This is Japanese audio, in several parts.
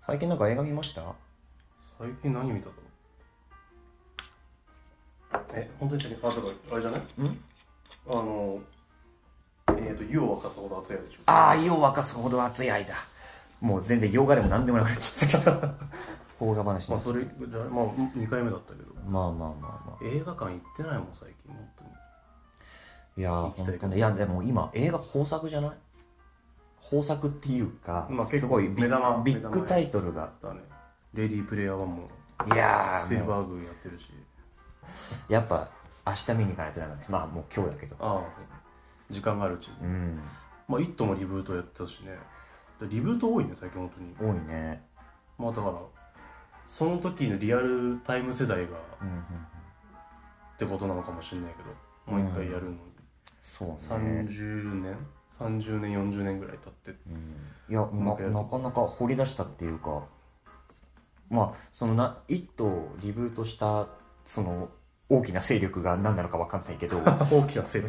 最近なんか映画見ました最近何見たのえ本当に最近あだからあれじゃないんあのえっ、ー、と湯を沸かすほど熱いやつでしょああ、湯を沸かすほど熱い間。もう全然洋画でも何でもなくなっちゃったけど。 邦画話にまなっちゃったあそれじゃまあ2回目だったけどまあまあまあまあ。映画館行ってないもん最近本当にいやー、行きたい本当けどに。いや、でも今、映画豊作じゃない豊作っていうか、まあ結す構ごいビ目玉ッビッ目玉グねタイトルが。だねレディープレイヤー1もいやスピー、ルもうバーグやってるしやっぱ明日見に行かないとダメね。まあもう今日だけど。ああそう時間があるうちにうん、まあ「イット!」もリブートやってたしねでリブート多いね最近本当に多いね。まあだからその時のリアルタイム世代がうんうんうん、ってことなのかもしれないけどもう一回やるのに、そうね。 30年30年40年ぐらい経ってうんいやなんなかやるなかなか掘り出したっていうかまあそのな「一頭リブートしたその大きな勢力が何なのか分かんない けどま大きな成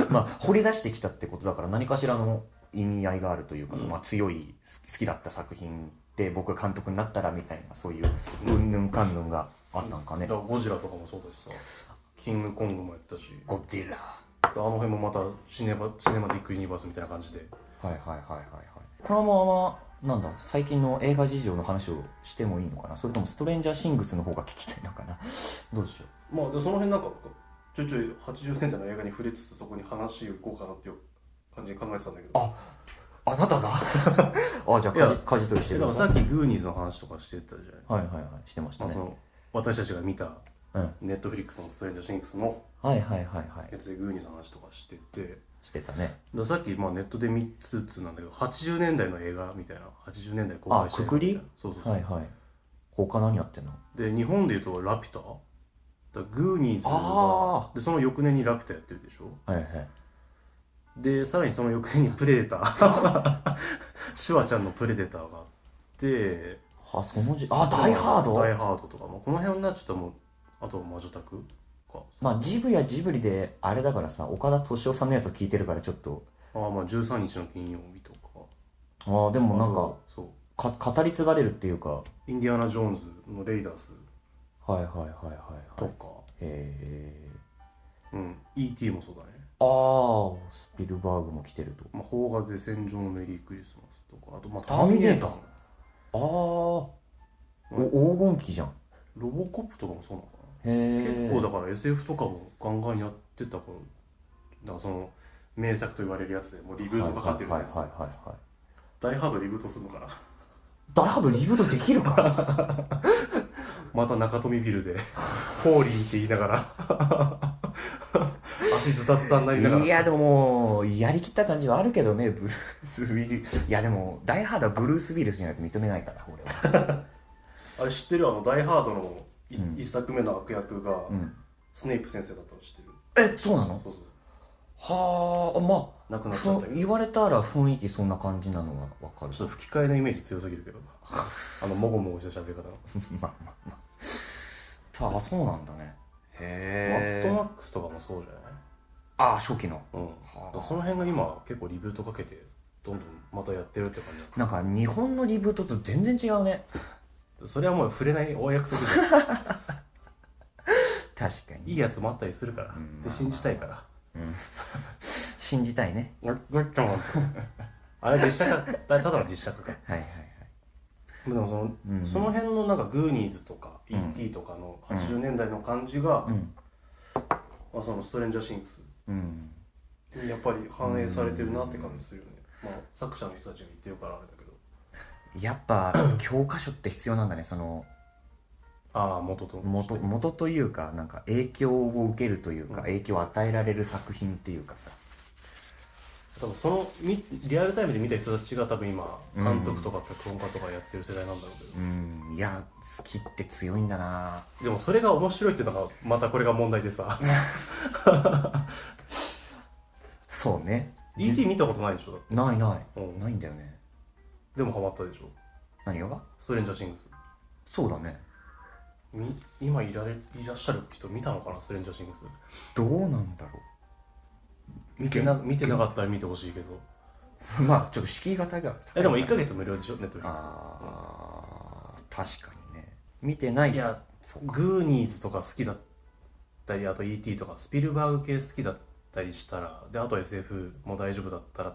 長あ掘り出してきたってことだから何かしらの意味合いがあるというか、うんそのまあ、強い好き好きだった作品で僕が監督になったらみたいなそういううんうんぬんかんぬんがあったんかね、だからゴジラとかもそうだしさキングコングもやったしゴジラあの辺もまたシネマシネマティックユニバースみたいな感じではいはいはいはいはいこのままなんだ最近の映画事情の話をしてもいいのかなそれともストレンジャーシングスの方が聞きたいのかな どうしよまあでその辺なんかちょいちょい80年代の映画に触れつつそこに話をいこうかなっていう感じに考えてたんだけどあうあなたが あじゃあいやかじかじ取りしてえくだかだらささいっきグーニーズの話とかしてたじゃない、はいはいはいしてましまたあ、ねその私たちが見たうんネットフリックスのストレンジャーシングスのはいはいはいはいやつでグーニーズの話とかしててしてたねだからさっきまあネットで見つつなんだけど80年代の映画みたいな80年代公開した映画みたいあくなくりそうそうそう、はいはい他何やってんので日本でいうと「ラピュタ」だからグーニーズあがでその翌年に「ラピュタ」やってるでしょはいはいでさらにその翌年に「プレデター」 シュワちゃんの「プレデター」があってあそのじあダイハードダイハード」とか、まあ、この辺になっちゃったらもうあと「魔女宅」かまあジブリはジブリであれだからさ岡田敏夫さんのやつを聞いてるからちょっとああまあ13日の金曜日とかああでもなんかあとそうか語り継がれるっていうか「インディアナ・ジョーンズ」の「レイダースはいはいはいはい」はといか、へえうん「E.T.」もそうだねああスピルバーグも来てるとまあ、邦画で「戦場のメリークリスマス」とかあとまあターミネーターもああお黄金期じゃんロボコップとかもそうなのかへえな結構だから SF とかもガンガンやってたからだからその名作と言われるやつでもうリブートかかってるはいやはいつはいはいはいダイハードリブートするのかなダイハードリブートできる かまた中富ビルでホーリーって言いながら 足ズタズタになりながらいやでももうやりきった感じはあるけどねブルース・ウ ィルスいやでもダイハードはブルース・ウィルスじゃないと認めないから俺は、あれ知ってるあのダイハードのい一、うん作目の悪役がうん、スネイプ先生だったの知ってる、えそうなのそうそうはあま亡くあなっちゃったふんけど言われたら雰囲気そんな感じなのはわかるちょっと吹き替えのイメージ強すぎるけどあのもごもごした喋り方がまあまあまあ。あ、そうなんだね。マットマへえ。ックスとかもそうじゃない、あ、初期の。うんはその辺が今結構リブートかけてどんどんまたやってるって感じななんか日本のリブートと全然違うね。のそれはもう触れないお約束じゃん確かいい。やつもあったりするからうんで信じたいからうん、 信じたいね。ガッガッガッあれ実写化ただの実写化かはいはいはい。でもその,、うんその辺のなんかグーニーズとかうん E.T. とかの80年代の感じが、うん。まあ、そのストレンジャーシングうん。スにやっぱり反映されてるなって感じするよね、まあ、作者の人たちが言ってるからあれだけどやっ ぱ教科書って必要なんだね。そのああ元と元元というか、なんか影響を受けるというか、うん影響を与えられる作品っていうかさ。多分そのみリアルタイムで見た人たちが多分今うん監督とか脚本家とかやってる世代なんだろうけど、うん。いや、好きって強いんだな。でもそれが面白いっていうのがまたこれが問題 でさそうね。 E.T. 見たことないでしょだってないない。うんないんだよね。でもハマったでしょ何がストレンジャーシングスそうだね。み今いられいらっしゃる人見たのかなストレンジャーシングスどうなんだろ見てな見てなかったら見てほしいけどうまあちょっと敷居型がえでも一1ヶ回月無料でしょネットフリックスあ確かにね見てないいやそうかグーニーズとか好きだったりあと E.T. とかスピルバーグ系好きだったりしたらであと SF も大丈夫だったら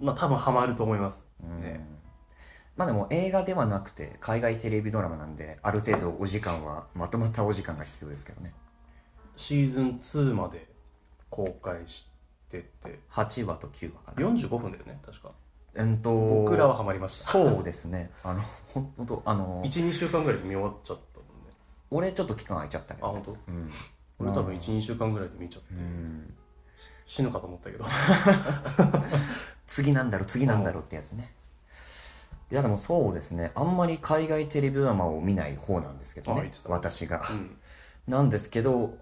まあ多分ハマると思いますうんねまあでも映画ではなくて海外テレビドラマなんである程度お時間はまとまったお時間が必要ですけどねシーズン2まで公開してて8話と9話かな45分だよね確かうんと僕らはハマりましたそうですねあの本当あの12週間ぐらいで見終わっちゃったもんね俺ちょっと期間空いちゃったけあど、本当うん俺多分12週間ぐらいで見ちゃってうん死ぬかと思ったけど次なんだろう次なんだろうってやつねいやでもそうですねあんまり海外テレビドラマを見ない方なんですけどあ言ねってた私がうんなんですけど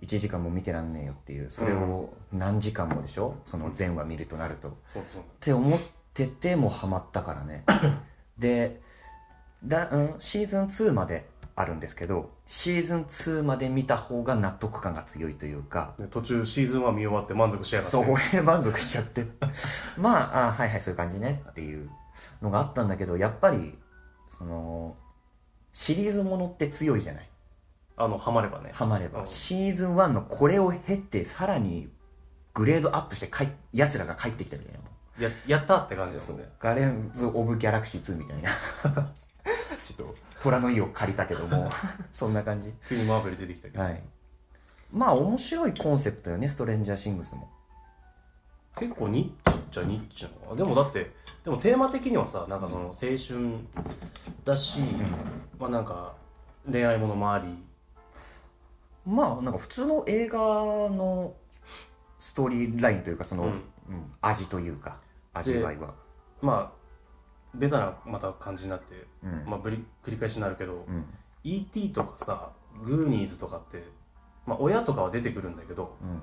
1時間も見てらんねえよっていうそれを何時間もでしょその全話見るとなるとっそうそうて思っててもうハマったから ねでだ、うん、シーズン2まであるんですけどシーズン2まで見た方が納得感が強いというかで途中シーズン1見終わって満足しやがってそう俺満足しちゃって まああはいはいそういう感じねっていうのがあったんだけどやっぱりそのシリーズものって強いじゃないあのハマればねハマれうばんシーズン1のこれを経てさらにグレードアップしてかいやつらが帰ってきたみたいなもんややったって感じですそうねガレンズ・オブ・ギャラクシー2みたいなちょっと虎の意を借りたけどもそんな感じ急にマーベル出てきたけど、はいまあ面白いコンセプトよねストレンジャー・シングスも結構ニッチっちゃニッチなのかでもだってでもテーマ的にはさなんかその青春だし、まあなんか恋愛ものもありまあなんか普通の映画のストーリーラインというかその、ううんん味というか味わいは、まあベタなまた感じになって、うんまあ、ぶり繰り返しになるけど、うん E.T. とかさグーニーズとかって、まあ、親とかは出てくるんだけどうん、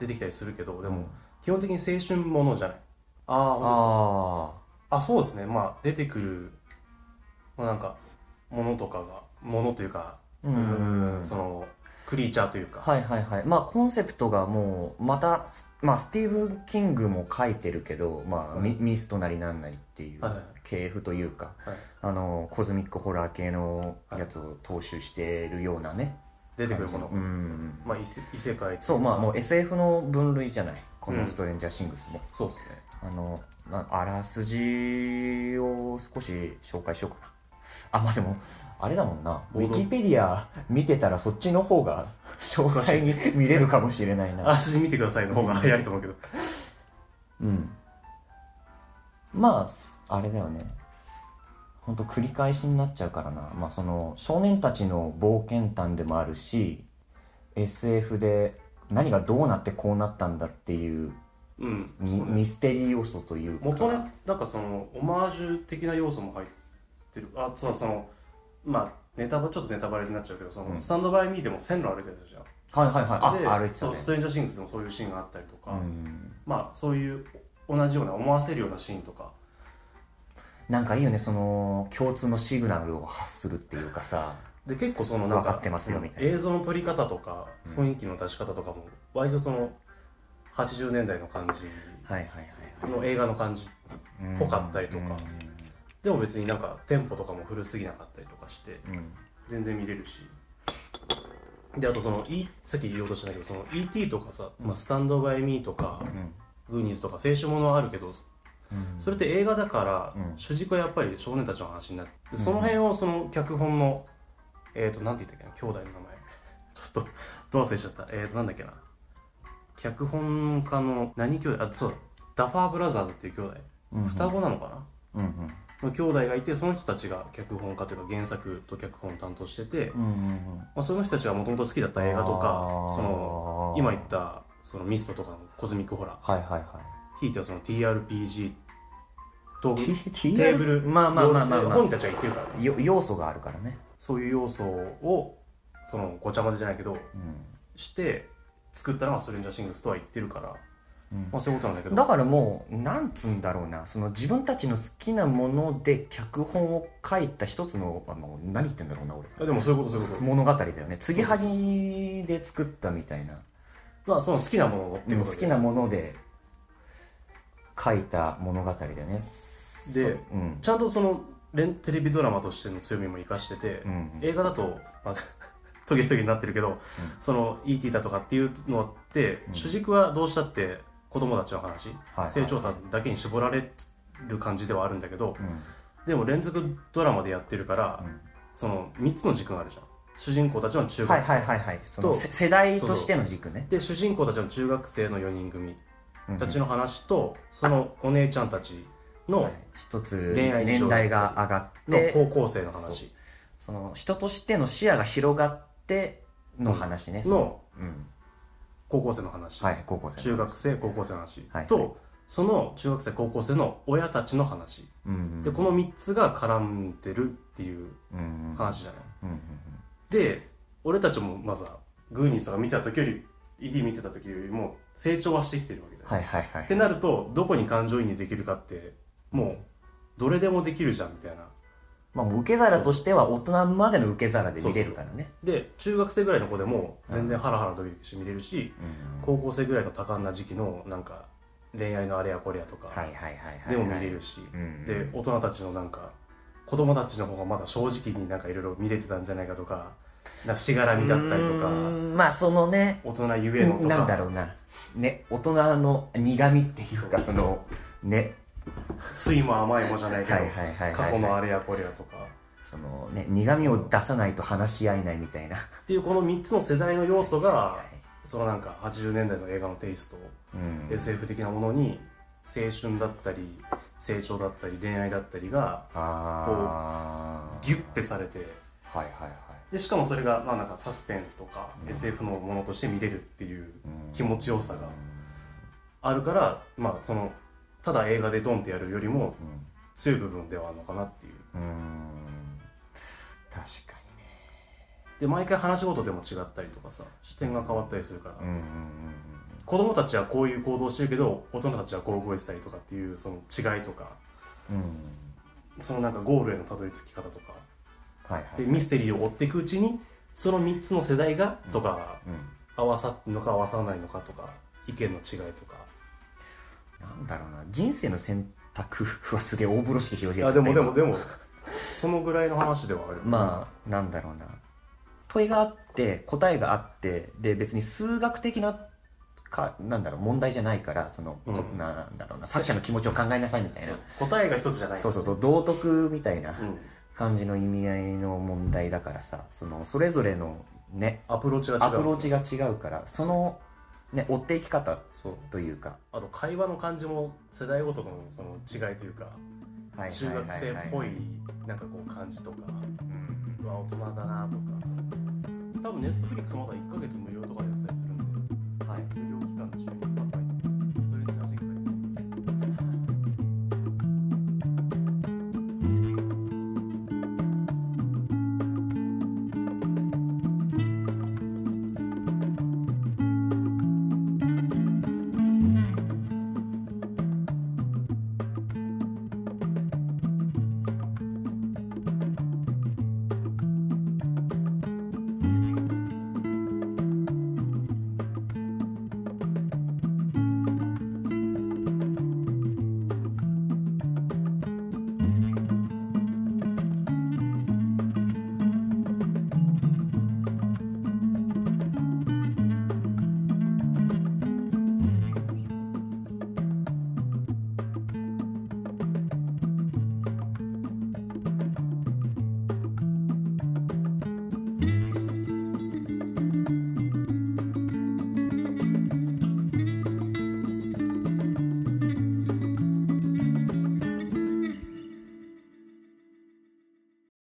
出てきたりするけどでうもん基本的に青春ものじゃないあー本当ですああそうですねまあ出てくる、まあ、なんかものとかがものというかうんそのクリーチャーというあか、はいはいはいまあコンセプトがもうまた、まあ、スティーブン・キングも書いてるけど、まあ、ミミストなりなんなりっていうはいはい系譜というか、はいあのコズミックホラー系のやつを踏襲してるようなね、出てくるも感の、じうんまあ異世異世界そうまあもう SF の分類じゃないこうのんストレンジャー・シングスも、そうですねあの、まあ、あらすじを少し紹介しようかな。あ、まあでも、あれだもんな。ウ冒ィ頭キペディア見てたらそっちの方 が詳細に見れるかもしれないあらな。すじ見てくださいの方が早いと思うけどうん。まあ、あれだよね。ほんと繰り返しになっちゃうからな。まあその、少年たちの冒険譚でもあるし、SF で何がどうなってこうなったんだっていう、うんみそうねミステリー要素というか。元ねなんかそのオマージュ的な要素も入ってるあそうそのまあネタバちょっとネタバレになっちゃうけどその、うんスタンドバイミーでも線路歩いてるじゃんはいはいはい。であ、歩いてたそねうス。トレンジャーシングスでもそういうシーンがあったりとか、うんまあそういう同じような思わせるようなシーンとかなんかいいよねその共通のシグナルを発するっていうかさで結構そのなん分かってますよみたいな映像の撮り方とか雰囲気の出し方とかも割とその80年代の感じはいはいはいの映画の感じはいぽかったりとかでも別になんかテンポとかも古すぎなかったりとかしてうんうん全然見れるしであとその、E- さっき言おうとしたんだけどその E.T. とかさ「まあ、スタンド・バイ・ミー」とかうん「グーニーズ」とか青春ものはあるけどうんそれって映画だから、うん主軸はやっぱり少年たちの話になって、んその辺をその脚本のえっ、ー、となんて言ったっけな兄弟の名前 ちょっとどう忘れしちゃったえっ、ー、となんだっけな脚本家の何兄弟あそうだダファーブラザーズっていう兄弟うんうん双子なのかうな、んうんの兄弟がいてその人たちが脚本家というか原作と脚本を担当してて、うんうんまあ、その人たちがもともと好きだった映画とかあーその今言ったそのミストとかのコズミックホラーはいはいはひいてはその TRPG とい T- テーブルまあまあまあまあま本人たちが言ってるからねあよ要素があるからねそういう要素をそのごちゃ混ぜじゃないけうどんして作ったのがストレンジャーシングスとは言ってるから、うんまあ、そういうことなんだけどだからもうなんつうんだろうなその自分たちの好きなもので脚本を書いた一つのあの何言ってんだろうな俺いやでもそういうことそういうこと、物語だよね継ぎはぎで作ったみたいなまあ、その好きなものをってでこもと好きでなもので書いた物語だよねでちゃんとその連テレビドラマとしての強みも生かしてて、うん映画だと、まあ、 トゲトゲになってるけど、その E.T. だとかっていうのって、うん主軸はどうしたって子供たちの話、はい成長譚だけに絞られる感じではあるんだけどうんでも連続ドラマでやってるから、うんその3つの軸があるじゃん主人公たちの中学生、はいはいはいはいそのとせ世代としての軸ねで主人公たちの中学生の4人組うんたちの話と、そのお姉ちゃんたちはのい一つ恋愛事情年代が上がっの高て校生のそ話その人としての視野が広がっての話ねそのうん高校生の話、はい高校生の中学生高校生の話、はいとその中学生高校生の親たちの話、うんうんでこの3つが絡んでるっていううんうん話じゃない、うんうんうんで俺たちもまずはグーニーズとか見てた時より ED 見てた時よりも成長はしてきてるわけだよ、はいはいはいってなるとどこに感情移入できるかってもうどれでもできるじゃんみたいなまあもう受け皿としては大人までの受け皿で見れるからねで中学生ぐらいの子でも全然ハラハラドキドキして見れるし、うん高校生ぐらいの多感な時期のなんか恋愛のあれやこれやとかはいはいはいはいでも見れるし、うんで大人たちのなんか子供たちの方がまだ正直になんかいろいろ見れてたんじゃないかとかなんかしがらみだったりとうーかんまあそのね大人ゆえのとうかんなんだろうなね大人の苦みっていうかそのね酸いも甘いもじゃないけど、はいはいはいはい過去のあれやこれやとかそのね苦みを出さないと話し合えないみたいなっていうこの3つの世代の要素がはいそのなんか80年代の映画のテイスト、うん、 SF 的なものに青春だったり成長だったり恋愛だったりがああギュッてされてはいはいはいでしかもそれがまあなんかサスペンスとかうん SF のものとして見れるっていううん気持ちよさがあるからまあそのただ映画でドンってやるよりも強い部分ではあるのかなっていううん、うん、確かにねで毎回話し事でも違ったりとかさ視点が変わったりするから、うんうんうん子供たちはこういう行動をしてるけど大人たちはこう動いてたりとかっていうその違いとかうんうんそのなんかゴールへのたどり着き方とかはいはいでミステリーを追っていくうちにその3つの世代がとかうん合わさってんのか合わさないのかとか意見の違いとかなんだろうな人生の選択はすげえ大風呂敷広いげちゃやったでもでも今でもそのぐらいの話ではあるまあなんだろうな問いがあって答えがあってで別に数学的なかなんだろう問題じゃないからその、こうんなんだろうな作者の気持ちを考えなさいみたいな、答えが一つじゃないそうそうそう道徳みたいなうん感じの意味合いの問題だからさそのそれぞれのねアプローチが違うアプローチが違うからその、ね、追っていき方そうというか、あと会話の感じも世代ごとのその違いというかはいはい中はい学はい生っぽいなんかこう感じとかうんうわ大人だなとか多分ネットフリックスまだ1ヶ月無料とかでやってたりする